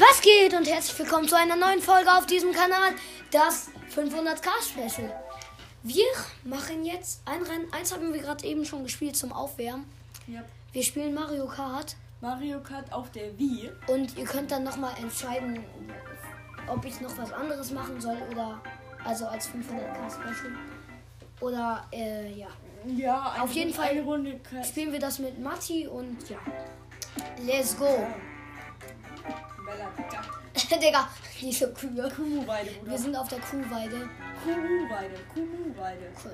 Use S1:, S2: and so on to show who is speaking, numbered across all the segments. S1: Was geht und herzlich willkommen zu einer neuen Folge auf diesem Kanal, das 500k Special. Wir machen jetzt ein Rennen, eins haben wir gerade eben schon gespielt zum Aufwärmen.
S2: Ja.
S1: Wir spielen Mario Kart
S2: Mario Kart auf der Wii.
S1: und ihr könnt dann nochmal entscheiden, ob ich noch was anderes machen soll oder also als 500k Special. Oder äh, ja, also
S2: Ja, eine
S1: Auf jeden
S2: Runde- eine
S1: Fall.
S2: Runde Kart.
S1: spielen wir das mit Matti und ja. Let's go.
S2: Bella, da.
S1: Digga, diese Kühe.
S2: Kuhweide, Bruder.
S1: Wir sind auf der Kuhweide.
S2: Kuhweide, Kuhweide.
S1: Äh,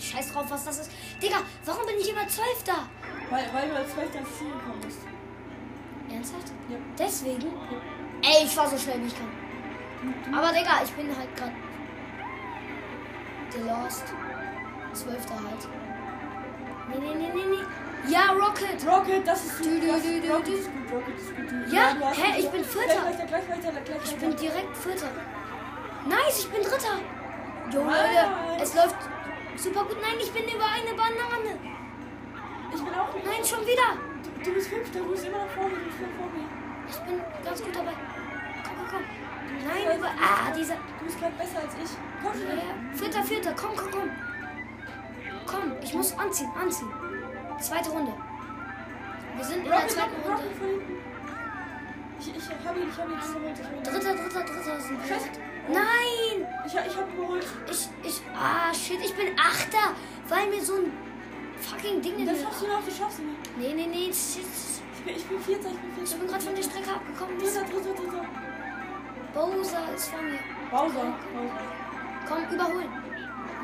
S1: Scheiß drauf, was das ist. Digga, warum bin ich immer Zwölfter?
S2: Weil, weil du als Schwester ins Ziel gekommen bist.
S1: Ernsthaft?
S2: Ja.
S1: Deswegen? Ey, ich war so schnell wie ich kann. Aber Digga, ich bin halt gerade. The Lost. Zwölfter halt. Nee, nee, nee, nee, nee. Ja, Rocket!
S2: Rocket, das ist
S1: Du, du,
S2: das-
S1: du, du,
S2: Rocket
S1: du.
S2: ist gut, Rocket ist gut. Du-
S1: Ja,
S2: du hast
S1: hä,
S2: gut,
S1: ich bin
S2: gleich
S1: Vierter.
S2: weiter, Gleich weiter, gleich weiter.
S1: Ich bin direkt Vierter. Nice, ich bin Dritter. Junge,
S2: Nice.
S1: es läuft super gut. Nein, ich bin über eine Banane.
S2: Ich bin auch.
S1: Nein, schon wieder.
S2: Du, du bist Fünfter, du bist immer noch vor mir, du bist immer vor mir.
S1: Ich bin ganz gut dabei. Komm, komm, komm. Nein, über. Ah, dieser.
S2: Du bist gerade besser als ich. Komm schon.
S1: Ja, Vierter, vierter. Komm, komm, komm. Komm, ich muss anziehen, anziehen. Zweite Runde. Wir sind in der
S2: Rocket,
S1: zweiten
S2: Rocket, Rocket
S1: Runde.
S2: von hinten. Ich, ich hab ihn, ich hab ihn, ich hab ihn, ich hab ihn.
S1: Dritter, dritter, dritter ist ein
S2: Scheiße.
S1: Nein!
S2: Ich, ich hab überholt.
S1: Ich, ich. Ah, shit, ich bin Achter, weil mir so ein fucking Ding in
S2: Das
S1: den-
S2: schaffst du noch, ne? das schaffst du noch.
S1: Nee, nee, nee. Shit. shit.
S2: Ich bin, ich bin 40, ich bin 40.
S1: Ich bin gerade von der Strecke abgekommen.
S2: Dritter, dritter, dritter.
S1: Bowser ist vor mir.
S2: Bowser.
S1: Komm, überholen.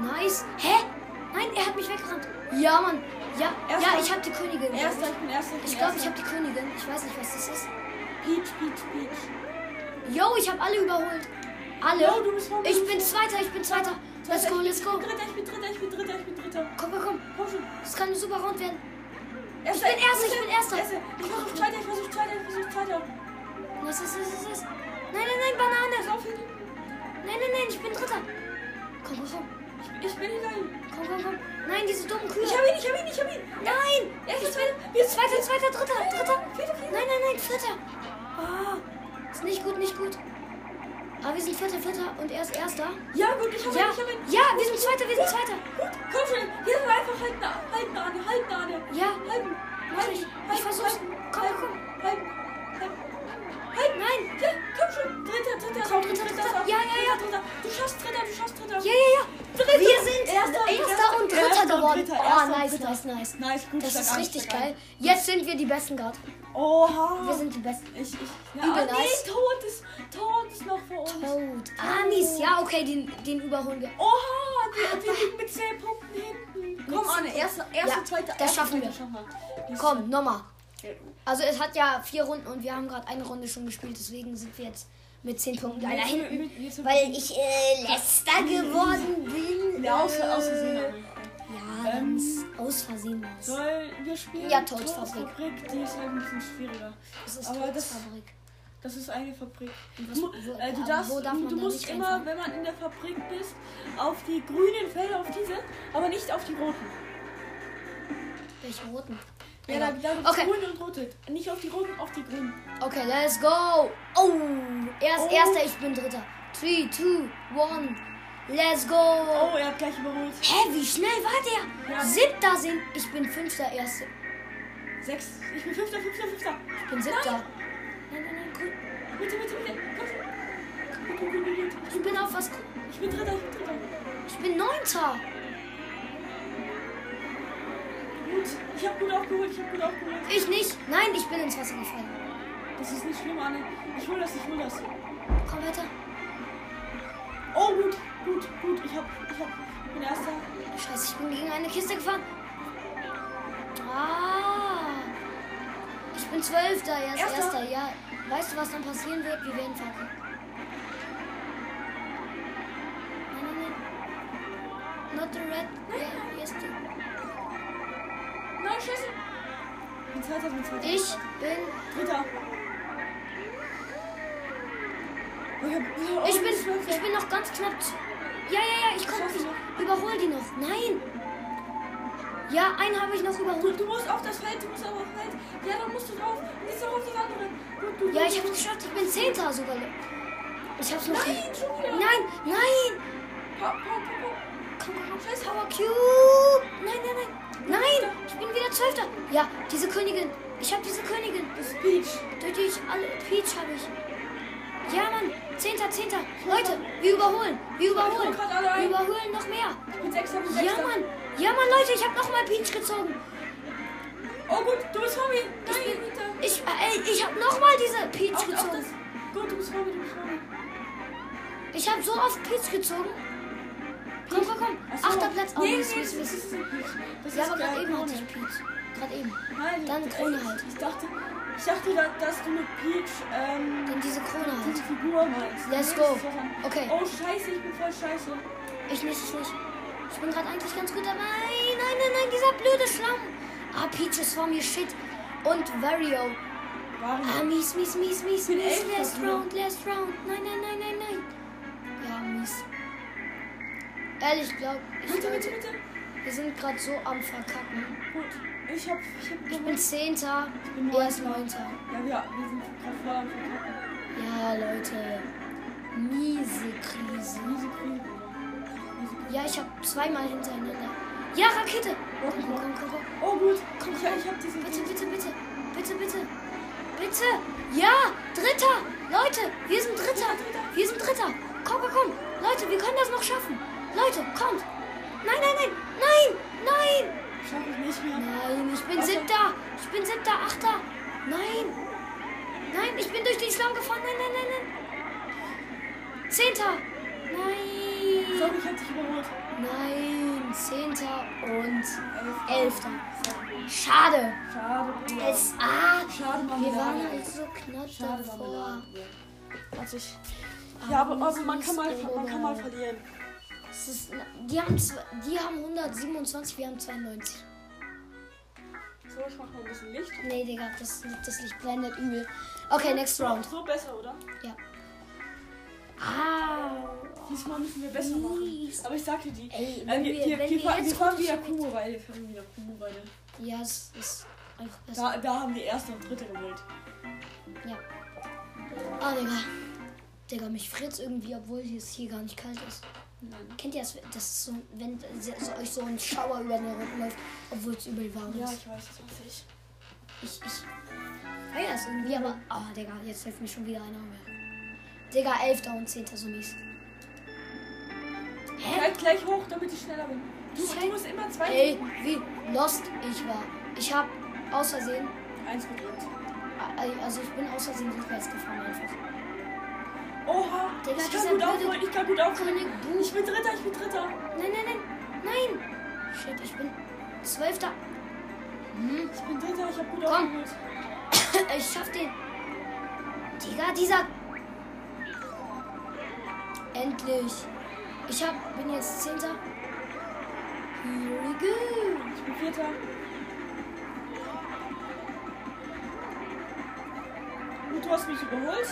S1: Nice. Hä? Nein, er hat mich weggerannt. Ja, Mann. Ja,
S2: Erster.
S1: ja ich habe die Königin. glaub
S2: Erster,
S1: ich.
S2: ich bin erster. bin
S1: Ich glaube, ich
S2: erster.
S1: habe die Königin. Ich weiß nicht, was das ist.
S2: Peach, Peach, Peach.
S1: Yo, ich habe alle überholt. Alle.
S2: Yo, du bist vor mir.
S1: ich bin Zweiter, ich bin Zweiter. Let's go, let's go.
S2: Dritter, ich bin dritter, ich bin dritter, ich bin dritter.
S1: Komm, komm, komm.
S2: Komm schon.
S1: Das kann eine super Round werden.
S2: Erster,
S1: bin erster, ich bin erster.
S2: Ich versuch zweiter, ich versuch zweiter, ich versuch zweiter.
S1: Was ist das? Ist, ist. Nein, nein, nein, Banane.
S2: Pass auf, hinten.
S1: Nein, nein, nein, ich bin Dritter. Komm, komm, komm.
S2: Ich, ich bin hinter ihm.
S1: Komm, komm, komm. Nein, diese dummen Kühe.
S2: Ich hab ihn, ich hab ihn, ich hab ihn.
S1: Nein.
S2: Er ist zweiter. Wir sind
S1: Zweiter, zweiter, dritter, dritter.
S2: Vierter, vierter.
S1: Nein, nein, nein, vierter. Ah, ist nicht gut, nicht gut. Aber wir sind vierter, vierter und er ist erster.
S2: Ja, gut, ich hab ihn,
S1: Ja,
S2: ich hab ihn.
S1: ja, wir sind zweiter, wir sind zweiter.
S2: Gut, komm schon. Hier sind wir einfach halt halten, halten, Arne, halten, Arne.
S1: Ja,
S2: Halten,
S1: mach
S2: halten,
S1: ich. Ich versuch's.
S2: halten,
S1: Komm,
S2: halten,
S1: komm.
S2: Halten, halten, halten.
S1: Nein.
S2: halt, Ja, komm schon. Dritter, dritter,
S1: Komm, dritter, dritter. Ja, ja, ja.
S2: Dritter, dritter. Du schaffst dritter, du schaffst dritter.
S1: Ja, ja, ja.
S2: Dritter,
S1: wir sind
S2: erster,
S1: erster,
S2: erster,
S1: und
S2: erster
S1: dritter
S2: und
S1: geworden.
S2: dritter, erster
S1: Oh,
S2: und
S1: nice,
S2: dritter.
S1: nice, nice.
S2: Nice, gut,
S1: Das
S2: stark
S1: ist
S2: an,
S1: richtig
S2: stark an.
S1: geil. Jetzt sind wir die Besten gerade.
S2: Oha.
S1: Wir sind die Besten.
S2: Ich, ich. Ja,
S1: Übel
S2: oh,
S1: nice.
S2: nee, Tod ist, Tod ist noch vor uns.
S1: Toad. Anis. Ja, okay, den, den überholen wir.
S2: Oha, wir, wir liegen mit zehn Punkten hinten. Komm, Arne, erster, erster,
S1: Ja,
S2: zweiter,
S1: das
S2: erster,
S1: schaffen
S2: zweiter,
S1: wir.
S2: schaffen wir.
S1: Komm, nochmal. Also es hat ja vier Runden und wir haben gerade eine Runde schon gespielt, deswegen sind wir jetzt mit zehn Punkten leider
S2: Mit-
S1: hinten,
S2: mit- mit-
S1: weil ich äh, letzter geworden bin.
S2: Ja, aus, aus
S1: Äh,
S2: Versehen. halt.
S1: Ja, ganz aus Versehen. halt. war's.
S2: Soll wir spielen?
S1: Ja, Todesfabrik.
S2: Todesfabrik, die ist ein bisschen schwieriger.
S1: Das ist
S2: aber das-
S1: Fabrik.
S2: Das ist eine Fabrik.
S1: Was-
S2: Mu-
S1: wo-
S2: äh, du
S1: aber
S2: darfst,
S1: wo darf man
S2: du
S1: da
S2: musst
S1: nicht
S2: immer,
S1: reinfahren?
S2: wenn man in der Fabrik bist, auf die grünen Felder, auf diese, aber nicht auf die roten.
S1: Welche roten?
S2: Ja, da, da gibt's
S1: Genau. okay,
S2: grün und rote. Nicht auf die roten, auf die grünen.
S1: okay, let's go. Oh, er ist
S2: Oh.
S1: erster, ich bin dritter. 3, 2, 1, let's go.
S2: Oh, er hat gleich überholt.
S1: Hä, wie schnell war der?
S2: Ja.
S1: Siebter sind, ich bin fünfter, erste.
S2: Sechs. Ich bin fünfter, fünfter, fünfter.
S1: Ich bin siebter. Nein, nein, nein, grün.
S2: Bitte, bitte, bitte. Komm schon. Gut, gut, gut, gut, gut.
S1: Ich bin auf was.
S2: Ich bin dritter, ich bin dritter.
S1: Ich bin neunter.
S2: Gut. Ich hab gut aufgeholt, ich hab gut aufgeholt.
S1: Ich nicht. Nein, ich bin ins Wasser gefallen.
S2: Das ist nicht schlimm, Anne. Ich hol das, ich hol das.
S1: Komm weiter.
S2: Oh, gut, gut, gut. Ich hab, ich hab, ich bin erster.
S1: Scheiße, ich bin gegen eine Kiste gefahren. Ah. Ich bin zwölfter, er ist
S2: Erster.
S1: erster. Ja. Weißt du, was dann passieren wird? Wir werden verkackt. Nein, nein, nein. Not the red. Ja, yes, the-
S2: Nein, scheiße. Ich bin zweiter, ich bin zweiter.
S1: Ich bin.
S2: Dritter. Oh, ich hab- oh,
S1: Ich bin.
S2: zwölfter.
S1: Ich bin noch ganz knapp. zu- Ja, ja, ja, ich komme. Ich überhole die noch. Nein. Ja, einen habe ich noch überholt.
S2: Du, du musst auf das Feld, du musst auf das Feld. Ja, dann musst du drauf. Und jetzt noch auf das andere. Du, du,
S1: Ja, ich
S2: du,
S1: hab's
S2: du.
S1: geschafft. Ich bin Zehnter sogar. Ich hab's noch.
S2: Nein, schon wieder.
S1: Nein, nein.
S2: Pa, pa, pa,
S1: Komm, komm, komm. Scheiß Hauer Cube. Nein, nein, nein. Nein, ich bin wieder Zwölfter. Ja, diese Königin. Ich hab diese Königin.
S2: pa. Das ist Peach.
S1: Durch die ich alle. Peach habe ich. Ja, Mann. Zehnter, Zehnter. Leute, wir überholen. Wir überholen.
S2: hol grad alle ein.
S1: Wir überholen noch mehr.
S2: Ich bin Sechster, ich bin
S1: Ja,
S2: Sechster.
S1: Mann. Ja, Mann, Leute, ich hab nochmal Peach gezogen.
S2: Oh gut, du bist Homie.
S1: Ich
S2: Nein,
S1: bin-
S2: bitte.
S1: Ich, äh, ey, ich hab nochmal diese Peach
S2: Auf, auf das.
S1: gezogen.
S2: Gut, du bist Homie, du bist Homie.
S1: Ich hab so oft Peach gezogen. Komm, komm, komm.
S2: Ach so.
S1: Achter Platz. Oh,
S2: nee, nee,
S1: Mist,
S2: das
S1: Mist,
S2: ist-
S1: Mist.
S2: das ist nicht. Das
S1: Ja,
S2: ist
S1: aber gerade
S2: geil.
S1: eben hatte ich Peach. Gerade eben.
S2: Nein,
S1: Dann Krone
S2: ich-
S1: halt.
S2: Ich dachte, ich dachte, dass, dass du mit Peach ähm,
S1: Dann diese Krone
S2: diese
S1: halt.
S2: Figur meinst.
S1: Let's
S2: Nee,
S1: go.
S2: das ist was anderes.
S1: Okay.
S2: Oh scheiße, ich bin voll scheiße.
S1: Ich nicht, ich nicht. Ich bin gerade eigentlich ganz gut dabei. Nein, nein, nein, dieser blöde Schlamm. Ah, Peach ist vor mir shit. Und Vario. Ah,
S2: Warum?
S1: mies, mies, mies, mies,
S2: bin
S1: mies.
S2: Elfter,
S1: Last
S2: Bruder.
S1: round, last round. Nein, nein, nein, nein, nein. Ja, mies. Ehrlich, glaub ich,
S2: Bitte,
S1: Leute,
S2: bitte, bitte.
S1: wir sind gerade so am Verkacken.
S2: Gut. Ich hab. Ich hab
S1: Ich bin Zehnter,
S2: bin
S1: er ist
S2: Neunter.
S1: Neunter.
S2: ja, ja, wir sind gerade voll am Verkacken.
S1: Ja, Leute. Miese Krise.
S2: Miese Krise. Miese Krise.
S1: Ja, ich hab zweimal hintereinander. Ja, Rakete. Komm, komm, komm, komm. komm.
S2: Oh gut.
S1: Komm,
S2: ich, ich hab diese.
S1: Bitte, bitte, bitte. Bitte, bitte. Bitte. Ja, Dritter. Leute, wir sind Dritter. Wir sind Dritter. Komm, komm, komm. Leute, wir können das noch schaffen. Leute, kommt. Nein, nein, nein. Nein, nein.
S2: Schaff ich nicht mehr.
S1: Nein, ich bin Siebter. Ich bin Siebter, Achter. Nein. Nein, ich bin durch den Schlamm gefahren. Nein, nein, nein, nein. Zehnter.
S2: Sorry,
S1: Nein.
S2: ich hab dich überholt.
S1: Nein, Zehnter und
S2: Elf.
S1: Elfter. Schade.
S2: Schade. Bruder.
S1: Es, ah,
S2: Schade,
S1: wir
S2: Marmelade.
S1: waren halt so knapp
S2: Schade,
S1: davor.
S2: Marmelade. Warte ich. Ja, aber,
S1: Ah,
S2: aber man, kann mal, man kann mal verlieren.
S1: Es ist, halt die, haben, zw- die haben 127, wir haben 92.
S2: So, ich mach mal ein bisschen Licht.
S1: Nee, Digga, das, das Licht blendet übel. Okay, next round.
S2: So besser, oder?
S1: Ja. Ah.
S2: Diesmal müssen wir besser machen.
S1: Mies.
S2: Aber ich sagte die.
S1: Ey,
S2: Äh,
S1: wenn
S2: wir,
S1: wir-
S2: wir,
S1: wenn
S2: wir,
S1: wir
S2: fahren-
S1: jetzt
S2: wir fahren
S1: gut-
S2: wieder Kumo, weil wir fahren wieder Kumo, weil
S1: Ja, es ist einfach besser.
S2: da, da haben wir erste und dritte gewählt.
S1: Ja. Ah, Digga. Digga, mich friert irgendwie, obwohl es hier gar nicht kalt ist.
S2: Nein.
S1: Kennt ihr das, das ist so, wenn so, euch so ein Schauer über den Rücken läuft, obwohl es übel warm
S2: Ja,
S1: ist?
S2: ich weiß, das weiß ich.
S1: Ich, ich feier es Ah irgendwie, aber. Oh, Digga, jetzt hilft mir schon wieder ein Auge. Digga, 11. und 10. so mies. Hä?
S2: Halt gleich hoch, damit ich schneller bin. Du,
S1: Scheiße.
S2: du musst immer zwei.
S1: Ey, wie lost ich war. Ich hab aus Versehen.
S2: Eins gedrückt.
S1: äh, Also, ich bin aus Versehen rückwärts gefahren einfach.
S2: Oha,
S1: Digga,
S2: ich
S1: dieser
S2: kann gut
S1: blöde
S2: aufholen, ich kann gut aufholen.
S1: König Buch.
S2: Ich bin Dritter, ich bin Dritter.
S1: Nein, nein, nein. Nein. Shit, ich bin 12. Hm.
S2: Ich bin Dritter, ich hab gut
S1: Komm.
S2: aufgeholt.
S1: Ich schaff den. Digga, dieser. Endlich. Ich hab, bin jetzt Zehnter. Here we go.
S2: Ich bin Vierter. Gut, du hast mich überholt.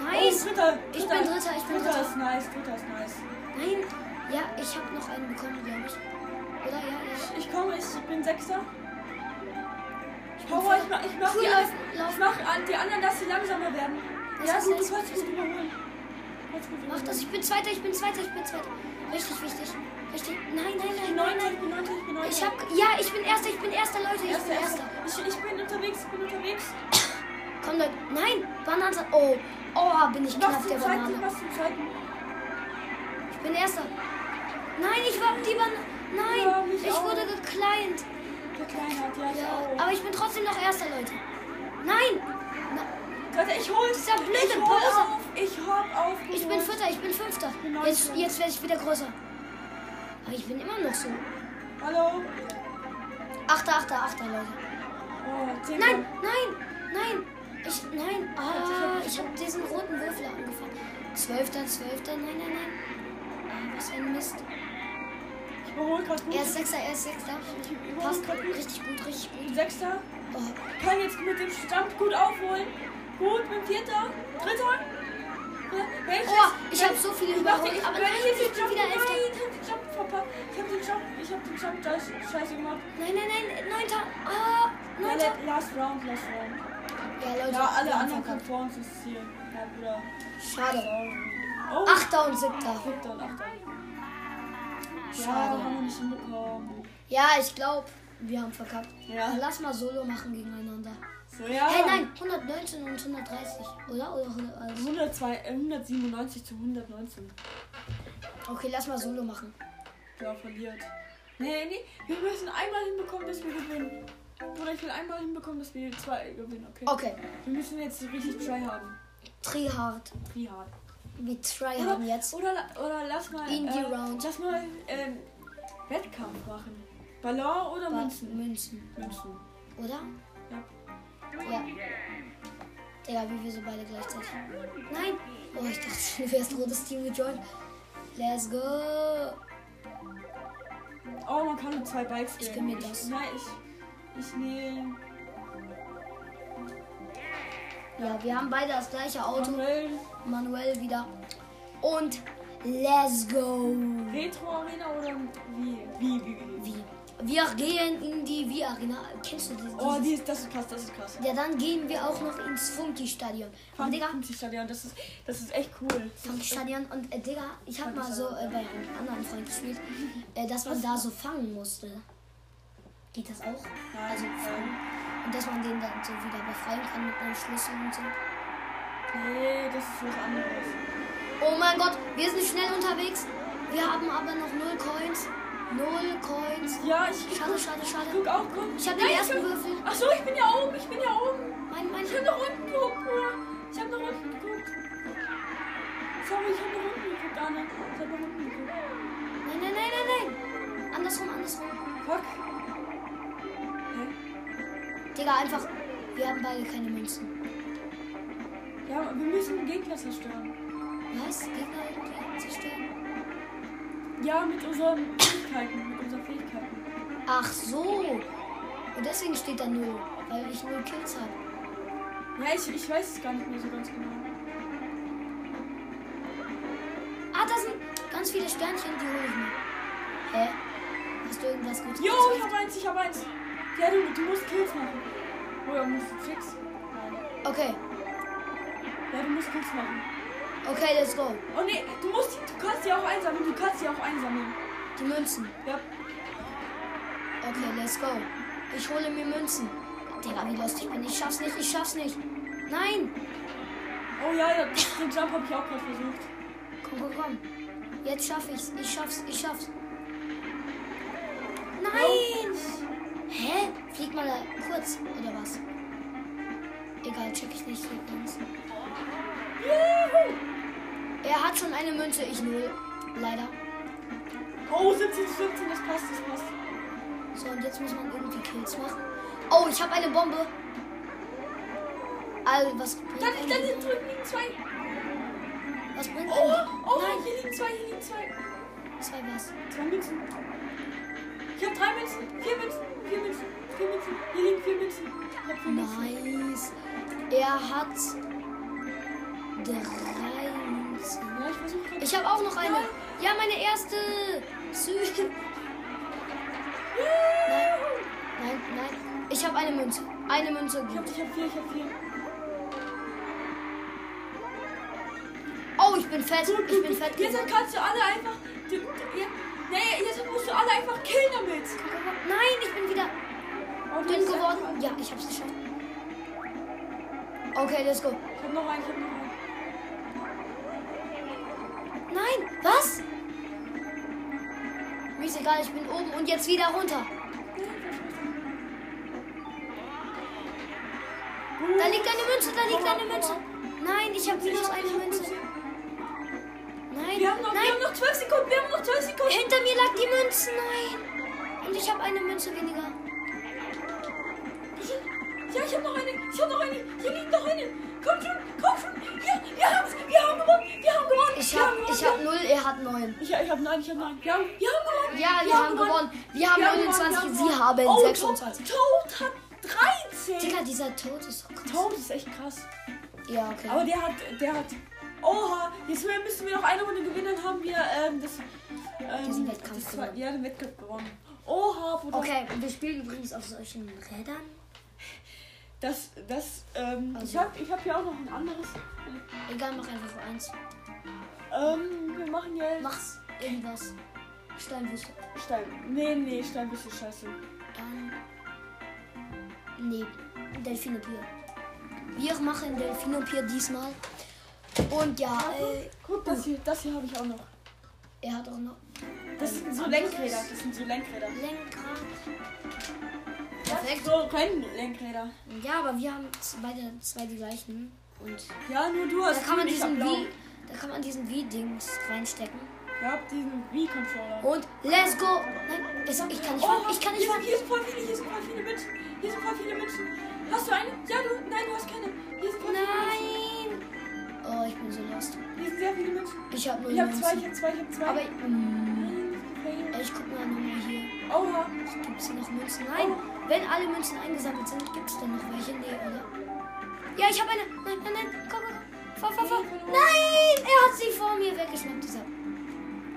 S1: Nice.
S2: Oh, dritter,
S1: Ich bin Dritter, ich bin Dritter.
S2: ist nice, dritter ist nice.
S1: Nein. Ja, ich hab noch einen bekommen, glaube ich. Oder? Ja, ja.
S2: Ich komme, ich bin Sechster.
S1: Ich bin
S2: Power,
S1: voll-
S2: ich mach, ich mach,
S1: Cool,
S2: die,
S1: lauf,
S2: an-
S1: lauf.
S2: ich mach an die anderen, dass sie langsamer werden.
S1: Das
S2: ja,
S1: ist
S2: gut,
S1: nice.
S2: du kannst mich überholen. Du kannst mich
S1: Mach das.
S2: überholen.
S1: Ich bin Zweiter, ich bin Zweiter, ich bin Zweiter. Richtig wichtig. Richtig. Nein, nein,
S2: Ich
S1: nein, nein,
S2: bin Neunter, ich
S1: nein.
S2: bin Neunter, ich bin Neunter.
S1: Ich hab. Ja, ich bin Erster, ich bin Erster, Leute. Ich
S2: Erster,
S1: bin Erster.
S2: Erster. Ich, ich bin unterwegs, ich bin unterwegs.
S1: Komm, Leute. Nein. Banane. Oh. Oh, bin ich
S2: Was
S1: knapp der
S2: zum
S1: Banane.
S2: Zweiten, was zum Zweiten.
S1: Ich bin erster. Nein, ich war die Ban Nein,
S2: Ja, mich
S1: ich
S2: auch.
S1: wurde gekleint.
S2: Verkleinert, ja, ich
S1: Ja,
S2: auch.
S1: aber ich bin trotzdem noch erster, Leute. Nein, Na,
S2: Warte, ich hol's.
S1: Dieser blöde
S2: ich hol
S1: Bowser.
S2: auf, ich hab auf.
S1: ich bin vierter, ich bin fünfter.
S2: Genau. bin neunter.
S1: Jetzt, jetzt werde ich wieder größer. Aber ich bin immer noch so.
S2: Hallo.
S1: Achter, achter, achter, Leute.
S2: Oh, Zehnter.
S1: Nein, nein, nein. Ich, nein. Ah, ich habe diesen roten Würfel angefangen. Zwölfter, zwölfter, nein, nein, nein. Ah, was ein Mist.
S2: Ich überhol grad gut.
S1: Er ist sechster, er ist sechster.
S2: Ich überhol
S1: Passt
S2: grad gut.
S1: richtig gut, richtig
S2: Ich bin
S1: gut.
S2: Sechster.
S1: Oh.
S2: Kann jetzt mit dem Stammt gut aufholen. Gut, mit dem Vierter. Dritter. Welches?
S1: Oh, ich habe so viele
S2: Ich mach den-
S1: überholt, aber
S2: wenn
S1: nein,
S2: ich jetzt
S1: ich
S2: den
S1: bin
S2: Jump
S1: wieder Elfter.
S2: Nein, ich hab den Jump Papa. Ich hab den Jump, ich hab den Jump Scheiß- Scheiße gemacht.
S1: Nein, nein, nein, neunter. Ah,
S2: Ja,
S1: neunter.
S2: la- last round, last round.
S1: Ja, Leute.
S2: Ja, alle
S1: wir haben
S2: anderen kommen
S1: verkackt.
S2: vor uns ins Ziel. Ja, Bruder.
S1: Schade.
S2: Sorry. Oh,
S1: Achter und siebter.
S2: siebter und achter. Ja, haben wir
S1: Schade.
S2: nicht hinbekommen.
S1: Ja, ich glaube, wir haben verkackt.
S2: Ja.
S1: Lass mal Solo machen gegeneinander.
S2: So, ja.
S1: Hey, nein, 119 und 130, oder? Oder 100, also.
S2: 102, äh, 197 zu 119.
S1: Okay, lass mal Solo machen.
S2: Ja, verliert. Nee, nee, wir müssen einmal hinbekommen, dass wir gewinnen. Bruder, ich will einmal hinbekommen, dass wir zwei gewinnen, okay?
S1: Okay,
S2: Wir müssen jetzt richtig try haben.
S1: try hard.
S2: Try hard.
S1: Wir try
S2: Oder,
S1: haben jetzt.
S2: Oder, la- oder lass mal.
S1: Indie
S2: äh,
S1: Round.
S2: Lass mal ähm, Wettkampf machen. Ballon oder
S1: Aber
S2: Münzen?
S1: Münzen,
S2: Münzen.
S1: oder?
S2: Ja.
S1: Ja. Digga, wie wir so beide gleichzeitig. Nein! Oh, ich dachte schon, du wärst rotes Team gejoint. Let's go!
S2: Oh, man kann nur zwei Bikes
S1: Ich
S2: wählen.
S1: gönn mir das.
S2: Nein, ich. Ich nehme.
S1: Ja, wir haben beide das gleiche Auto.
S2: Manuel,
S1: Manuel wieder. Und let's go!
S2: Retro Arena oder wie? Wie, wie, wie?
S1: Wie? Wir gehen in die Wii-Arena. Kennst du die?
S2: Oh, die ist, das ist krass, das ist krass.
S1: Ja, dann gehen wir auch noch ins Funky-Stadion. Und Digga,
S2: Stadion, das ist, das ist echt cool.
S1: Funky-Stadion. Und äh, Digga, ich hab mal so äh, bei einem anderen Freund gespielt, äh, dass man da so fangen musste. Geht das auch?
S2: Nein, ähm,
S1: Also fangen. Und dass man den dann so wieder befreien kann mit einem Schlüssel und so.
S2: Nee, das ist was anderes.
S1: Oh mein Gott, wir sind schnell unterwegs. Wir haben aber noch null Coins. Null Coins.
S2: Ja, ich
S1: Schade, schade, schade.
S2: guck auch, guck.
S1: Ich hab den
S2: Nein,
S1: ersten
S2: guck.
S1: Würfel.
S2: Ach so, ich bin ja oben, ich bin ja oben.
S1: Mein, mein,
S2: Ich hab nach unten geguckt, Bruder. Ich hab nach unten geguckt. Sorry, ich hab nach unten geguckt, Anne. Ich hab nach unten geguckt.
S1: nein, nein, nein, nein, nein. Andersrum, andersrum.
S2: Fuck.
S1: Digga, einfach. Wir haben beide keine Münzen.
S2: Hä? Ja, wir müssen den Gegner zerstören.
S1: Was? Gegner irgendwie zerstören?
S2: Ja, mit unseren Fähigkeiten, mit unseren Fähigkeiten.
S1: Ach so. Und deswegen steht da null. Weil ich null Kills habe.
S2: Ja, ich, ich weiß es gar nicht mehr so ganz genau.
S1: Ah, da sind ganz viele Sternchen, die hole ich mir. Hä? Hast du irgendwas Gutes
S2: Jo, ich
S1: gesagt?
S2: hab eins, ich hab eins. Ja, du, du musst Kills machen. Oder musst du Tricks? Nein.
S1: Okay,
S2: Ja, du musst Kills machen.
S1: okay, let's go.
S2: Oh nee, du musst die, du kannst die auch einsammeln, du kannst die auch einsammeln.
S1: Die Münzen.
S2: Ja,
S1: Okay, let's go. Ich hole mir Münzen. Digga, wie lustig bin ich. Ich schaff's nicht, ich schaff's nicht. Nein!
S2: oh ja, ja den Jump habe ich auch gerade versucht.
S1: Komm, komm, komm. Jetzt schaff ich's. Ich schaff's, ich schaff's. Nein!
S2: Nein!
S1: Hä? Fliegt man da kurz oder was? Egal, check ich nicht. fliegt links.
S2: Juhu!
S1: Er hat schon eine Münze, ich null. Leider.
S2: Oh, 17 zu 17, das passt, das passt.
S1: So, und jetzt muss man irgendwie Kills machen. Oh, ich habe eine Bombe. Also, was bringt
S2: Dann, dann
S1: eine
S2: hier
S1: Bombe?
S2: drüben liegen zwei.
S1: Was bringt
S2: Oh,
S1: eine
S2: oh,
S1: Nein,
S2: hier liegen zwei, hier liegen zwei.
S1: zwei was.
S2: Zwei Münzen. Ich habe drei Münzen, vier Münzen, vier Münzen, vier Münzen. Hier liegen vier Münzen. Ich hab vier Münzen.
S1: Nice. Er hat drei Münzen.
S2: Ja, ich versuche gerade.
S1: Ich habe auch noch eine. Ja, meine erste. Süß. Nein, nein, nein. Ich habe eine Münze. Eine Münze.
S2: Ich hab, ich hab vier, ich hab vier.
S1: Oh, ich bin fett. Ich bin fett.
S2: Jetzt kannst du alle einfach. Die, die, ja, nee, jetzt musst du alle einfach killen damit.
S1: Nein, ich bin wieder
S2: Oh, du
S1: dünn
S2: bist einfach-
S1: geworden. Ja, ich hab's geschafft. Okay, let's go.
S2: Ich hab noch einen, ich hab noch einen.
S1: Nein, was? Mir ist egal, ich bin oben und jetzt wieder runter. Da liegt eine Münze, da liegt eine Münze. Nein, ich habe minus eine Münze. Nein,
S2: Wir haben, noch, wir haben
S1: nein.
S2: noch 12 Sekunden, wir haben noch 12 Sekunden.
S1: Hinter mir lag die Münze, nein. Und ich habe eine Münze weniger.
S2: Ich- Ja, ich hab noch eine, ich hab noch eine, hier liegt noch eine. Komm schon, komm schon. Ja, wir haben's, wir haben gewonnen, wir haben gewonnen.
S1: Ich
S2: wir
S1: habe
S2: haben
S1: ich
S2: gewonnen.
S1: hab 0, er hat 9.
S2: Ich, ich hab nein, ich hab nein. Wir haben, wir haben gewonnen.
S1: Ja, wir haben gewonnen. Wir haben
S2: Wir haben
S1: 29,
S2: gewonnen, wir
S1: sie haben
S2: gewonnen. oh,
S1: 26.
S2: Toad, Toad hat 13.
S1: Digga, dieser Tod ist so krass.
S2: Toad ist echt krass.
S1: Ja, okay.
S2: Aber der hat, der hat. Oha, jetzt müssen wir noch eine Runde gewinnen, dann haben wir ähm, das ähm,
S1: Diesen Wettkampf
S2: das
S1: gewonnen.
S2: war, ja, den Wettkampf gewonnen. Oha, Bruder.
S1: Okay, und wir spielen übrigens auf solchen Rädern.
S2: Das, das, ähm, ich
S1: Also.
S2: hab, ich hab hier auch noch ein anderes.
S1: Egal, mach einfach so eins.
S2: Ähm, wir machen jetzt.
S1: Mach's irgendwas. Steinwüste.
S2: Stein. Nee, nee, Stein bisschen scheiße.
S1: Dann. Nee, Delfine Pier. Wir machen Delfine Pier diesmal. Und ja, äh,
S2: Guck, das hier, das hier habe ich auch noch.
S1: er hat auch noch
S2: Das sind so Lenkräder. Das sind so Lenkräder.
S1: Lenkrad.
S2: Perfekt. So Rennlenkräder.
S1: Ja, aber wir haben beide zwei die gleichen. Und
S2: Ja, nur du hast
S1: da kann man
S2: grün, ich hab
S1: diesen
S2: blau.
S1: Wii, da kann man diesen Wii-Dings reinstecken.
S2: Ich hab diesen Wii-Controller.
S1: Und let's go! Nein, es, ich
S2: Oh,
S1: kann nicht fahren, ich kann nicht
S2: hier,
S1: fahren.
S2: sind, hier sind voll viele, hier sind voll viele Menschen. Hier sind voll viele Menschen. Hast du eine? Ja, du? Nein, du hast keine. Hier sind voll viele
S1: Nein! Oh, ich bin so lost.
S2: Menschen. Hier sind sehr viele Menschen.
S1: Ich hab nur
S2: Ich hab zwei, ich
S1: 19.
S2: hab zwei, ich hab zwei.
S1: Aber mm,
S2: Nein,
S1: ich guck mal nochmal hier.
S2: okay. Oha.
S1: Gibt's hier noch Münzen? Nein! Wenn alle Münzen eingesammelt sind, gibt's dann noch welche? Nee, oder? Ja, ich hab eine! Nein, nein, nein! Komm, komm, komm! Fahr, fahr, fahr! Nein! Er hat sie vor mir weggeschnappt, dieser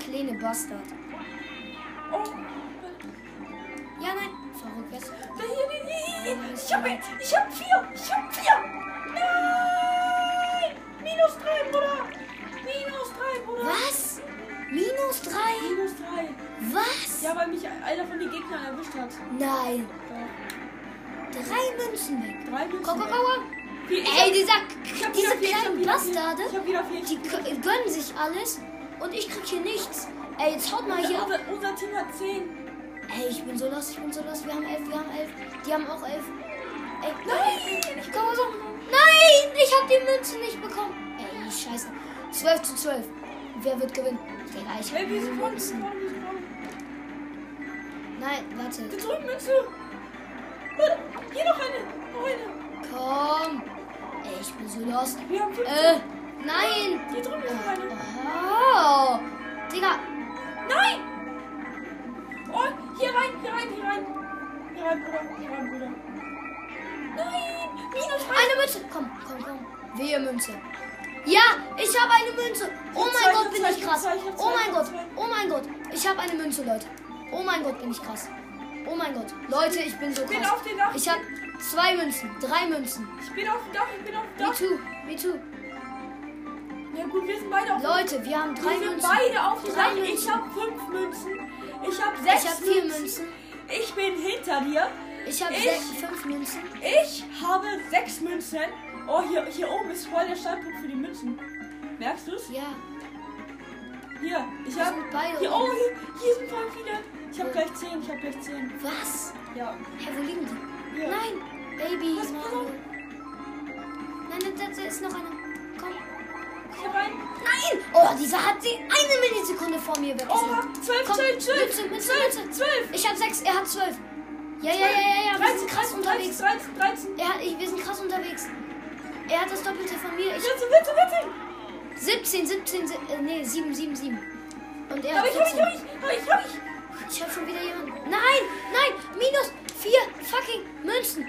S1: kleine Bastard.
S2: Oh.
S1: Ja, nein! Fahr rückwärts.
S2: Da hier, hier, hier, hier. Ich hab jetzt. Ich hab vier. Ich hab vier. Nein. Minus drei, Bruder. Minus drei, Bruder.
S1: Was? Minus drei?
S2: Minus drei.
S1: Was?
S2: Ja, weil mich einer von den Gegnern erwischt hat.
S1: Nein!
S2: Doch.
S1: Drei Münzen weg!
S2: Drei Minus.
S1: Komm, komm, komm, komm!
S2: Vier. Ich
S1: Ey,
S2: hab-
S1: dieser,
S2: hab
S1: diese
S2: wieder vier, ich hab
S1: kleinen
S2: wieder vier.
S1: Bastarde,
S2: Ich hab wieder vier.
S1: die gö- gönnen sich alles und ich krieg hier nichts. Ey, jetzt haut mal hier ab.
S2: Unser, unser Team hat 10.
S1: Ey, ich bin so los, ich bin so los. Wir haben elf, wir haben elf. Die haben auch elf. Ey,
S2: Nein!
S1: ich komme so. Nein, ich hab die Münze nicht bekommen. Ey, scheiße. 12 zu 12. Wer wird gewinnen? Digga, ich hab
S2: Ey, wir
S1: die
S2: sind vorne, wir sind
S1: Münzen.
S2: vorne, wir sind vorne.
S1: Nein, warte.
S2: Da drüben Münze. Warte, Hier noch eine. Noch eine.
S1: Komm. Ey, ich bin so lost.
S2: Wir haben 15.
S1: Äh, nein.
S2: Hier drüben ist noch eine.
S1: Oh, Digga.
S2: Nein! Oh, hier rein, hier rein, hier rein. Hier rein, Bruder, hier rein, Bruder. Nein! Minus rein.
S1: Eine Münze! Komm, komm, komm. Wehe Münze. Ja, ich habe eine Münze. Oh
S2: Ich
S1: mein
S2: hab zwei,
S1: Gott,
S2: ich
S1: bin
S2: hab
S1: ich
S2: zwei,
S1: krass.
S2: ich hab zwei, ich hab
S1: Oh mein
S2: zwei,
S1: Gott,
S2: ich hab
S1: oh mein Gott. Ich habe eine Münze, Leute. Oh mein Gott, bin ich krass. Oh mein Gott. Leute, ich bin so
S2: Ich bin
S1: krass.
S2: auf den Dach.
S1: Ich habe zwei Münzen, drei Münzen.
S2: Ich bin auf dem Dach, ich bin auf dem
S1: Me
S2: Dach.
S1: too, me too.
S2: Ja gut, wir sind beide auf dem
S1: Leute, wir haben drei
S2: Wir sind
S1: Münzen.
S2: beide auf dem
S1: Drei
S2: Dach. Ich
S1: Münzen.
S2: hab fünf Münzen. Ich hab sechs
S1: Ich hab vier Münzen.
S2: Ich bin hinter dir.
S1: Ich habe
S2: Ich-
S1: sechs- fünf Münzen.
S2: Ich habe sechs Münzen. Oh, hier, hier oben ist voll der Standpunkt für die Münzen. Merkst du's?
S1: Ja,
S2: Hier, ich
S1: wir
S2: habe.
S1: sind beide.
S2: Hier, oh, hier, hier sind voll viele. Ich habe gleich zehn, ich habe gleich zehn.
S1: Was?
S2: Ja.
S1: Hä, wo liegen die?
S2: Hier.
S1: Nein, Baby.
S2: Was, pass auf.
S1: Nein, nein, da- da ist noch einer. Komm.
S2: Ich hab einen.
S1: Nein! Oh, dieser hat sie eine Millisekunde vor mir
S2: Oha,
S1: weggeschnappt.
S2: zwölf,
S1: Komm,
S2: zwölf, zwölf.
S1: Münze, Münze, Münze.
S2: Zwölf.
S1: Ich hab sechs, er hat zwölf. Ja, ja, ja, ja, ja, wir sind krass unterwegs.
S2: 13, 13.
S1: Er hat, ich, wir sind krass unterwegs. Er hat das Doppelte von mir. Ich,
S2: Bitte, bitte, bitte.
S1: 17, 17, sie- äh, nee, 7, 7, 7. Und er
S2: Hab
S1: hat
S2: ich, hab ich,
S1: 14.
S2: hab ich, hab ich, hab ich.
S1: Ich hab schon wieder jemanden. Nein, nein, minus vier fucking Münzen.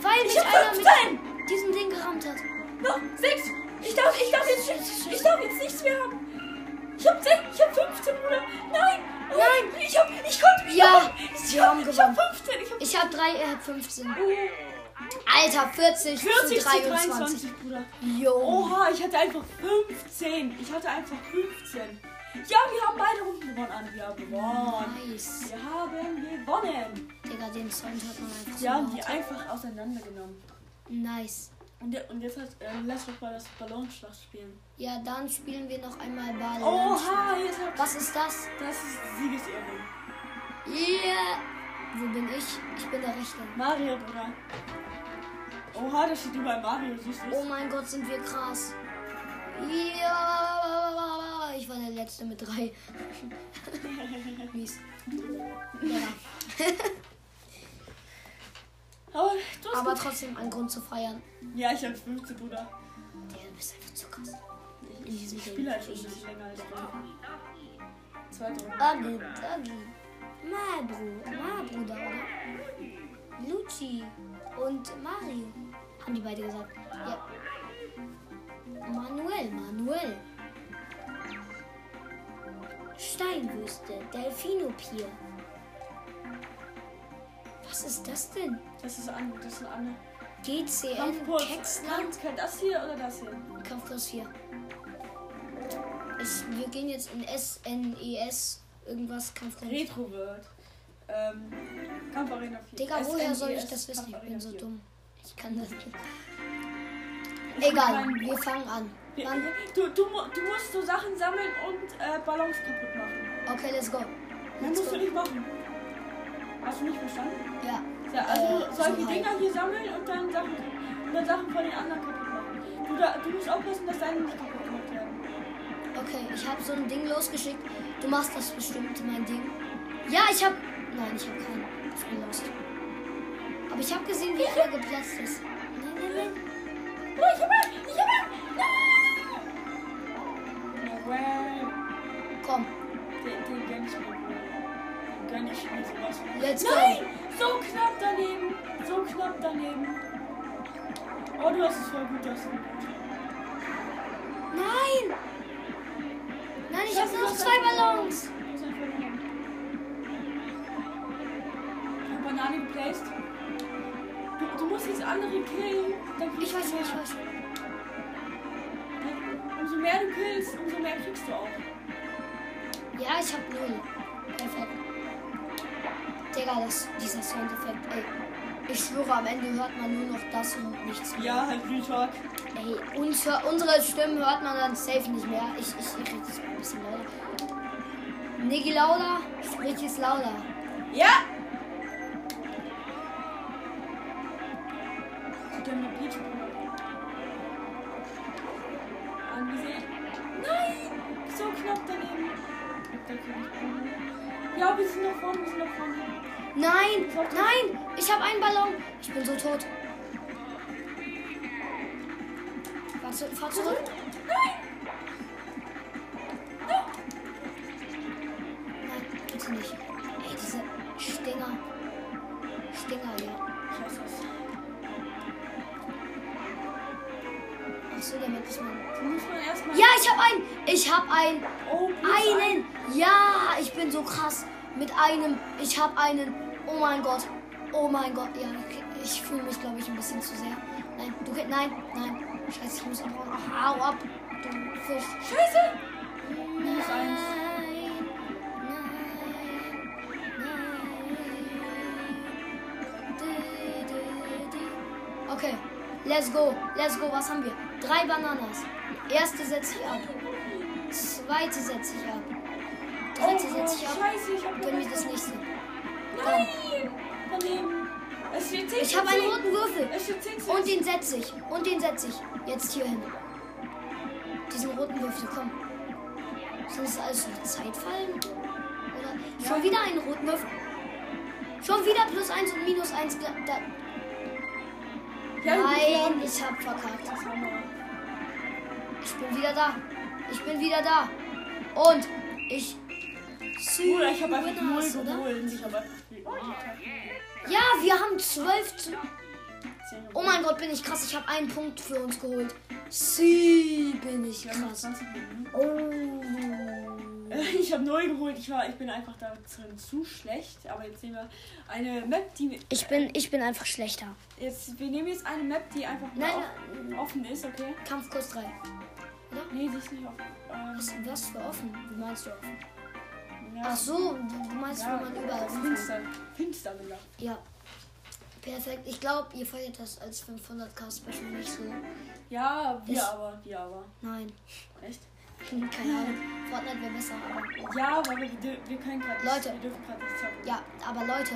S1: Weil mich
S2: hab
S1: einer mit
S2: 15.
S1: diesem Ding gerammt hat.
S2: Noch sechs. Ich darf, ich darf jetzt, nicht- ich darf jetzt nichts mehr haben. Ich hab sechs, ich hab 15, Bruder. Nein, nein. Ich hab, ich konnte mich
S1: Ja,
S2: noch- Ich
S1: wir haben
S2: hab, ich hab
S1: gewonnen.
S2: 15, ich hab
S1: Ich hab drei, er hat 15.
S2: Oh.
S1: Alter, 40,
S2: 40
S1: zu
S2: zu
S1: 23.
S2: 23, Bruder.
S1: Jo.
S2: Oha, ich hatte einfach 15. Ich hatte einfach 15. Ja, wir haben beide Runden gewonnen, an. Wir haben gewonnen.
S1: Nice.
S2: Wir haben gewonnen.
S1: Digga, den Sound hat man einfach so
S2: Wir haben die
S1: laut.
S2: einfach auseinandergenommen.
S1: Nice.
S2: Und, der- und jetzt hat, ähm, lass doch mal das Ballonschlag spielen.
S1: Ja, dann spielen wir noch einmal Ball.
S2: Oha, jetzt hat
S1: Was ist das?
S2: Das ist Siegesehrung.
S1: Yeah. Wo bin ich? Ich bin der Rechte.
S2: Mario, Bruder. Oha, da steht überall Mario, siehst du
S1: Oh
S2: es?
S1: mein Gott, sind wir krass. Ja. Ich war der Letzte mit drei. Mies. Ja.
S2: Aber, trotzdem.
S1: Aber trotzdem ein Grund zu feiern.
S2: ja, ich hab 15, Bruder.
S1: Der bist einfach zu krass.
S2: Ich, ich, ich spiele halt schon ein bisschen länger als du. Zweite Runde.
S1: Agi, Agi. Mal, Bru, mal, Bruder, oder? Luci und Mario. Haben die beide gesagt. Ja. Manuel, Manuel. Steinwüste, Delfinopier. Was ist das denn?
S2: Das ist an, das ist Anne.
S1: GCN,
S2: Kampfpuls.
S1: Kexland,
S2: Kampf- Das hier oder das hier?
S1: Kampfkurs 4. Ich, wir gehen jetzt in SNES, irgendwas Kampfkurs.
S2: Retro wird. Ähm, Kampfarena 4.
S1: Digga, woher soll ich
S2: SNES
S1: das wissen? Ich bin
S2: Kampfarena
S1: so
S2: 4.
S1: dumm. Ich kann das nicht. Egal, wir fangen an. Wann?
S2: Du, du, mu- du musst so Sachen sammeln und äh, Ballons kaputt machen.
S1: Okay, let's go.
S2: Das
S1: Let's
S2: musst du
S1: go.
S2: nicht machen. Hast du nicht verstanden?
S1: Ja.
S2: Ja, also
S1: Äh,
S2: solche
S1: so halb.
S2: Dinger hier sammeln und dann Sachen, und dann Sachen von den anderen kaputt machen. Du, da, du musst aufpassen, dass deine nicht kaputt gemacht werden.
S1: Okay, ich habe so ein Ding losgeschickt. Du machst das bestimmt, mein Ding. Ja, ich habe. Nein, ich habe keinen Freelost. Aber ich habe gesehen, wie einer geplatzt ist. Nein, nein, nein.
S2: Ja, ich hab einen! Ich hab einen! Nein! Ja, well,
S1: Komm,
S2: den, den gönn ich mir. Den gönn ich mir sowas.
S1: let's go.
S2: Nein! So knapp daneben! So knapp daneben! Oh, du hast es voll gut, Justin.
S1: Nein! Nein, ich habe nur
S2: Justin,
S1: noch
S2: du hast
S1: zwei
S2: einfach
S1: Ballons.
S2: verloren. Du hast einfach verloren. Ich hab Banane geplaced. Du, du musst jetzt andere killen. Dann kriegst
S1: Ich weiß,
S2: du mehr.
S1: ich weiß.
S2: Umso mehr du killst, umso mehr kriegst du auch.
S1: Ja, ich habe null. Perfekt. Digga, das, dieser Soundeffekt, ey. Ich schwöre, am Ende hört man nur noch das und nichts mehr.
S2: Ja, halt Real Talk.
S1: Ey, uns, unsere Stimmen hört man dann safe nicht mehr. Ich, ich, ich rede jetzt mal ein bisschen lauter. Niggi Lauda, sprich jetzt lauter.
S2: Ja! Dumme Beach Angesehen. Nein! So knapp daneben. Da kann ich Bruno. Ja, wir sind noch vorne, wir sind noch vorne.
S1: Nein, nein, ich habe einen Ballon. Ich bin so tot. Fahr, zu, fahr zurück.
S2: Nein!
S1: Nein, bitte nicht. Ey, diese Stinger. Stinger, ja.
S2: Scheiße.
S1: Achso, damit ist man.
S2: Da muss man erstmal.
S1: Ja, ich habe einen. Ich habe einen.
S2: Oh, plus
S1: Einen. Ja, ich bin so krass. Mit einem. Ich habe einen. Oh mein Gott. Oh mein Gott. Ja, ich- ich fühle mich, glaube ich, ein bisschen zu sehr. Nein, du geh- Nein, nein. Scheiße, ich muss abhauen. Ach, hau ab. Du Fisch.
S2: ein. Scheiße!
S1: Nein,
S2: Minus eins.
S1: nein, nein. Di, di, di. Okay, let's go, let's go. Was haben wir? Drei Bananas. Erste setze ich ab. Zweite setze ich ab. Dritte
S2: Oh,
S1: setze ich ab.
S2: Scheiße, ich hab
S1: Gönn mir das nächste.
S2: Nein! Daneben. Es steht 10
S1: Ich habe einen roten Würfel.
S2: Es steht 10
S1: Und den setze ich. Und den setze ich. Jetzt hier hin. Diesen roten Würfel, komm. Sind es alles noch Zeitfallen? Oder? Schon wieder einen roten Würfel. Schon wieder plus eins und minus eins. Da, da.
S2: Ja, du musst ja-
S1: Nein, ich hab verkackt.
S2: Das haben wir.
S1: Ich bin wieder da. Ich bin wieder da. Und ich.
S2: Bruder, ich habe einfach null
S1: Winners, oder?
S2: geholt. Ich habe einfach viel.
S1: Ja, wir haben zwölf zu.
S2: Zehn
S1: Oh mein Gott, bin ich krass. Ich habe einen Punkt für uns geholt. Sie bin ich
S2: Wir haben noch
S1: krass.
S2: 20 Minuten.
S1: Oh.
S2: Ich habe null geholt. Ich, war, ich bin einfach da drin zu schlecht. Aber jetzt nehmen wir eine Map, die.
S1: Ich bin, ich bin einfach schlechter.
S2: Jetzt, wir nehmen jetzt eine Map, die einfach nur
S1: Nein,
S2: offen, offen ist, okay?
S1: Kampfkurs 3.
S2: Nee, die ist nicht offen. Ähm,
S1: Was, was für offen? Wie meinst du offen?
S2: ja.
S1: Ach so, du du meinst,
S2: Ja,
S1: wo man überall rumfällt.
S2: Finster. Finster, Digga.
S1: Ja. Perfekt. Ich glaube, ihr feiert das als 500k Special nicht so.
S2: Ja, wir
S1: Ich-
S2: aber. Wir aber.
S1: Nein.
S2: Echt?
S1: Hm, Keine Ahnung. Fortnite wäre besser, aber.
S2: Ja, aber wir, dür- wir können gerade nicht.
S1: Leute.
S2: Wir dürfen gerade nicht zocken.
S1: Ja, aber Leute,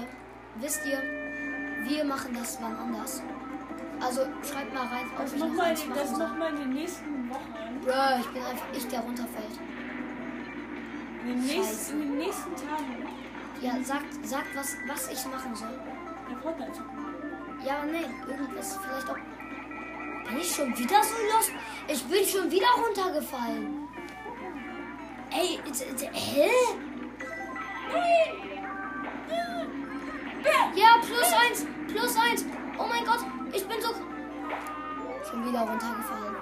S1: wisst ihr, wir machen das wann anders. Also schreibt mal rein, ob
S2: Das
S1: ich noch
S2: machen wir
S1: eins
S2: in-
S1: machen
S2: das
S1: soll.
S2: machen wir in den nächsten Wochen.
S1: Bro, ich bin einfach ich, der runterfällt.
S2: In den, nächsten,
S1: Scheiße.
S2: in den nächsten Tagen
S1: Ja, sagt, sagt was, was ich machen soll.
S2: der Fortnite zocken.
S1: Ja, nee, irgendwas vielleicht auch. Bin ich schon wieder so lost? Ich bin schon wieder runtergefallen. Ey, jetzt- jetzt- hä? Ja, plus eins, plus eins. Oh mein Gott, ich bin so. Schon wieder runtergefallen.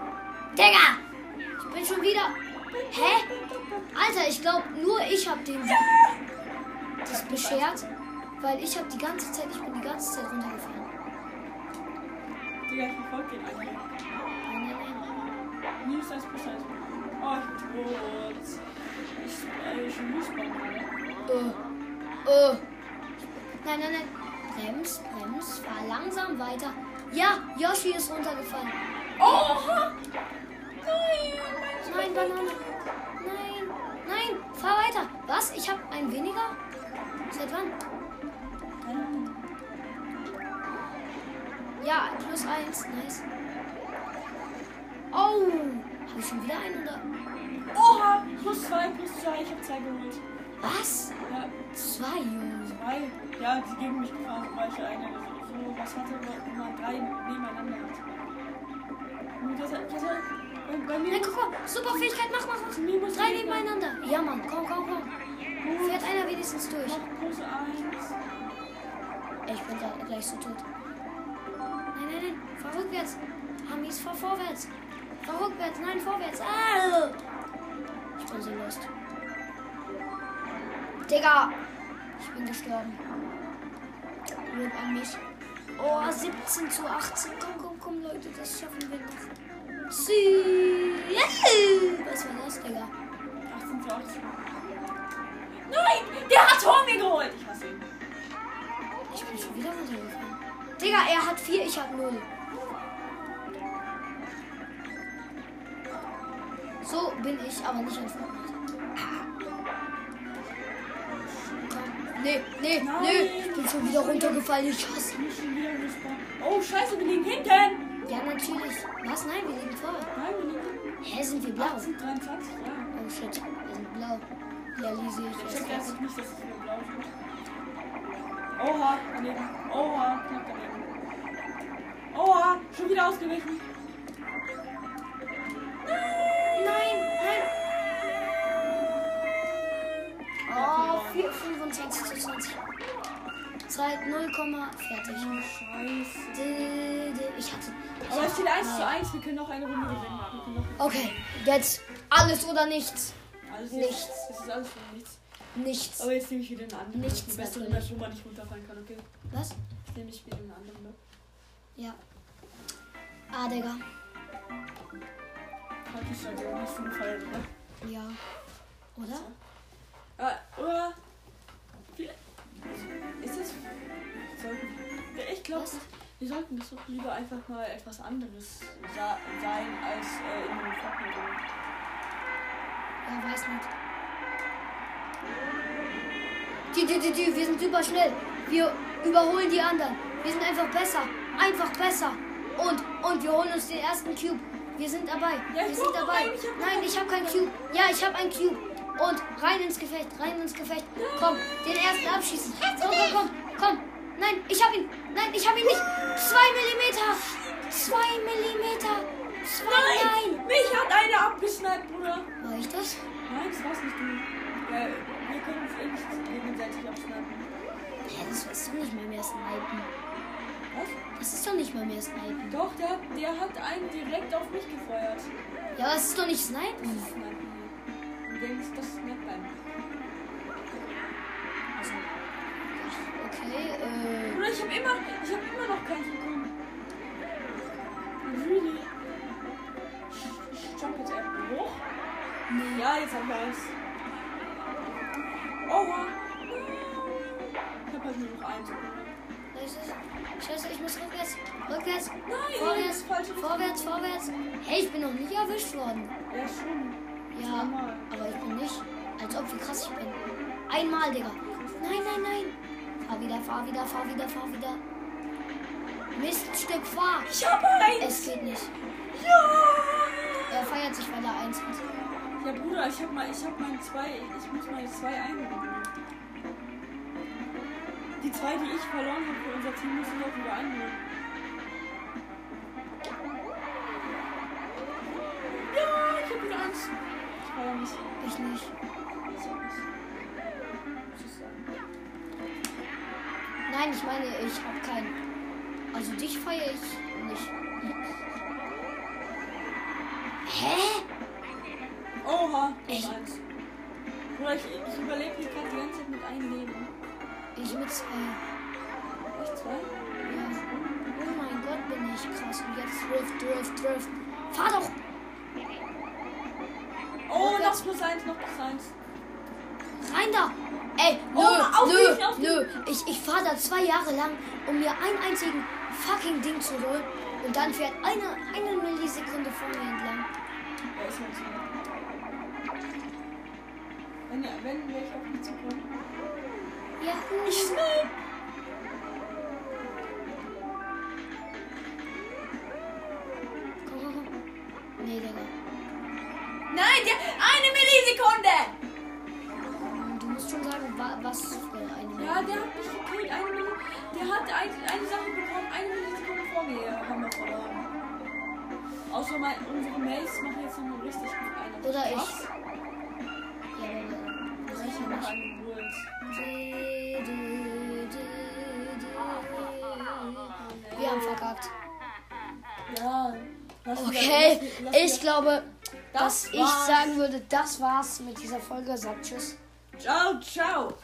S1: Digga! Ich bin schon wieder. Hä? Alter, ich glaube, nur ich habe den das
S2: also,
S1: beschert, weil ich habe die ganze Zeit, ich bin die ganze Zeit runtergefallen.
S2: Digga, ich verfolge den eigentlich.
S1: Nein, nein,
S2: Nils ist besser als ich. Oh, ich bin tot. Ich äh, ich bin Newsbomb, oder?
S1: nein. Äh, äh. Nein, nein, nein. Brems, brems, fahr langsam weiter. Ja, Yoshi ist runtergefallen.
S2: Oha! Nein,
S1: Nein, Banane. Nein, nein, fahr weiter. Was? Ich habe einen weniger? Seit wann?
S2: Banane.
S1: Ja, plus eins. Nice. Oh, habe ich schon wieder einen oder?
S2: Oha! Plus zwei, plus zwei, ich hab zwei geholt.
S1: Was?
S2: Ja,
S1: Zwei, Junge.
S2: zwei. Ja, die geben mich quasi welche eine. So, was hatte man immer drei nebeneinander? Nur das, ich hatte, bei, bei mir
S1: Na, guck mal, super Fähigkeit, mach, mach, mach.
S2: Mir muss
S1: Drei
S2: jeder-
S1: nebeneinander. Ja, Mann, komm, komm, komm.
S2: Gut,
S1: Fährt einer wenigstens durch.
S2: noch plus eins.
S1: Ey, Ich bin da gleich so tot. Nein, nein, nein, fahr rückwärts. Hamis, fahr vorwärts. Fahr rückwärts, nein, vorwärts. Ah! Ich bin so lost. Digga, ich bin gestorben. Rück an mich. Oh, 17 zu 18. Komm, komm, komm, Leute, das schaffen wir noch. Sie. Yay! Was war das, Digga?
S2: 18 zu 18. Nein, der hat Tor mir geholt. Ich hasse ihn.
S1: Ich bin schon wieder runtergefallen. Digga, er hat 4, ich hab 0. So bin ich aber nicht in Fortnite. Komm. Nee, nee,
S2: Nein.
S1: nee. Ich bin schon wieder runtergefallen. Ich hasse.
S2: Nicht schon wieder gespawnt. Oh, scheiße, wir liegen hinten.
S1: Ja, natürlich. Was? Nein, wir liegen vor.
S2: Nein, wir liegen hinten.
S1: Hä, sind wir blau?
S2: 18, 23, ja.
S1: Oh shit, wir sind blau. Ja, Lisi,
S2: Ich
S1: ich
S2: check
S1: weiß
S2: erst nicht, dass es wieder blau wird. Oha, daneben. Oha, knapp daneben. Oha, schon wieder ausgewichen.
S1: Nein, nein. Oh, 4, 25 zu 20. Zeit 0, fertig.
S2: Scheiße.
S1: Dö, dö. Ich hatte.
S2: Aber es steht 1 zu 1, wir können noch eine Runde gewinnen. Wir können noch
S1: Okay, jetzt alles oder nichts.
S2: alles
S1: Nichts.
S2: Es ist alles für nichts.
S1: Nichts.
S2: Aber jetzt nehme ich wieder einen anderen.
S1: Nichts
S2: Die beste
S1: natürlich.
S2: Map, wo man nicht runterfallen kann, okay?
S1: Was?
S2: Jetzt nehme ich wieder einen anderen ne? Map.
S1: Ja. Ah, Digga.
S2: Hat ich schon den nächsten Fall, oder?
S1: Ja. Oder?
S2: Ah, oder? Vielleicht. Ist das. Sollten, ich glaube,
S1: Was?
S2: wir sollten das doch lieber einfach mal etwas anderes sa sein als äh, in einem Fortnite.
S1: Ja, weiß nicht. Die, die, die, die, wir sind super schnell. Wir überholen die anderen. Wir sind einfach besser. Einfach besser. Und, und wir holen uns den ersten Cube. Wir sind dabei.
S2: Ja, ich
S1: wir sind
S2: brauch noch
S1: dabei.
S2: einen. Ich hab
S1: Nein,
S2: noch
S1: ich habe keinen Cube. Ja, ich habe einen Cube. Und rein ins Gefecht, rein ins Gefecht. Komm, den ersten abschießen. Komm, komm, komm, komm. Nein, ich habe ihn. Nein, ich habe ihn nicht. Zwei Millimeter. Zwei Millimeter. Zwei, nein.
S2: Mich hat einer abgesniped, Bruder!
S1: War ich das?
S2: Nein, das war's nicht, du. Äh, wir können uns eh nicht gegenseitig abschneiden.
S1: Hä, das ist doch nicht mal mehr snipen.
S2: Was?
S1: Das ist doch nicht mal mehr snipen.
S2: Doch, der, hat- der hat einen direkt auf mich gefeuert.
S1: Ja, aber es ist doch nicht snipen.
S2: Das Snipen. Denkst, das ist nicht beim.
S1: Also, okay, äh,
S2: Bruder, ich habe immer, ich habe immer noch keins bekommen. Really? Ich, ich jump jetzt einfach hoch.
S1: nee.
S2: Ja, jetzt haben wir eins. Oha. Ich habe halt nur noch eins.
S1: Das ist, scheiße, ich muss rückwärts, rückwärts,
S2: Nein,
S1: vorwärts,
S2: falsch.
S1: vorwärts, vorwärts. Hey, ich bin noch nicht erwischt worden.
S2: Ja, schon.
S1: Ja, aber ich bin nicht. Als ob, wie krass ich bin. Einmal, Digga. Nein, nein, nein. Fahr wieder, fahr wieder, fahr wieder, fahr wieder. Miststück, fahr.
S2: Ich habe eins.
S1: Es geht nicht.
S2: Ja.
S1: Er feiert sich, weil er eins hat.
S2: Ja, Bruder, ich habe mal, ich habe mein zwei, ich muss meine zwei einholen. Die zwei, die ich verloren habe für unser Team, muss ich auch wieder einholen. Ja, ich habe wieder Angst. Ich war ja nicht.
S1: Ich nicht.
S2: Ich hab nicht. Tschüss.
S1: Nein, ich meine, ich habe keinen. Also dich feiere ich nicht. Hä?
S2: Oha.
S1: Echt?
S2: Eins. Bruder, ich, ich überlebe hier gerade die ganze Zeit mit einem Leben.
S1: Ich mit zwei.
S2: Echt zwei?
S1: Ja. Oh mein Gott, bin ich krass. Und jetzt drift, drift, drift. Fahr doch!
S2: Oh,
S1: Okay.
S2: noch plus eins, noch plus eins.
S1: Rein da! Ey, nö,
S2: Oh, auf
S1: nö,
S2: dich, auf
S1: nö. Ich, ich fahre da zwei Jahre lang, um mir einen einzigen fucking Ding zu holen. Und dann fährt eine, eine Millisekunde vor mir entlang.
S2: Ja, ist halt so. Wenn, wenn wäre ich auf mich zukommen.
S1: Ja,
S2: Ich schnell.
S1: Komm, komm, komm. Nee, Digga.
S2: Nein, der, eine Millisekunde!
S1: Du musst schon sagen, wa was für eine.
S2: Ja, der hat mich gekillt. Eine Milli der hat ein, eine Sache bekommen, eine Millisekunde vor mir haben wir verloren. Außer mal, unsere Mails machen jetzt nochmal richtig gut eine.
S1: Oder ich.
S2: Was?
S1: Ja, aber-
S2: Ich
S1: sicher
S2: habe noch
S1: nicht.
S2: einen Bulls.
S1: Wir haben verkackt.
S2: Ja. lass uns
S1: Okay,
S2: das- lass uns
S1: ich glaube,
S2: Das
S1: dass ich
S2: war's.
S1: sagen würde, das war's mit dieser Folge. Sagt Tschüss.
S2: Ciao, ciao.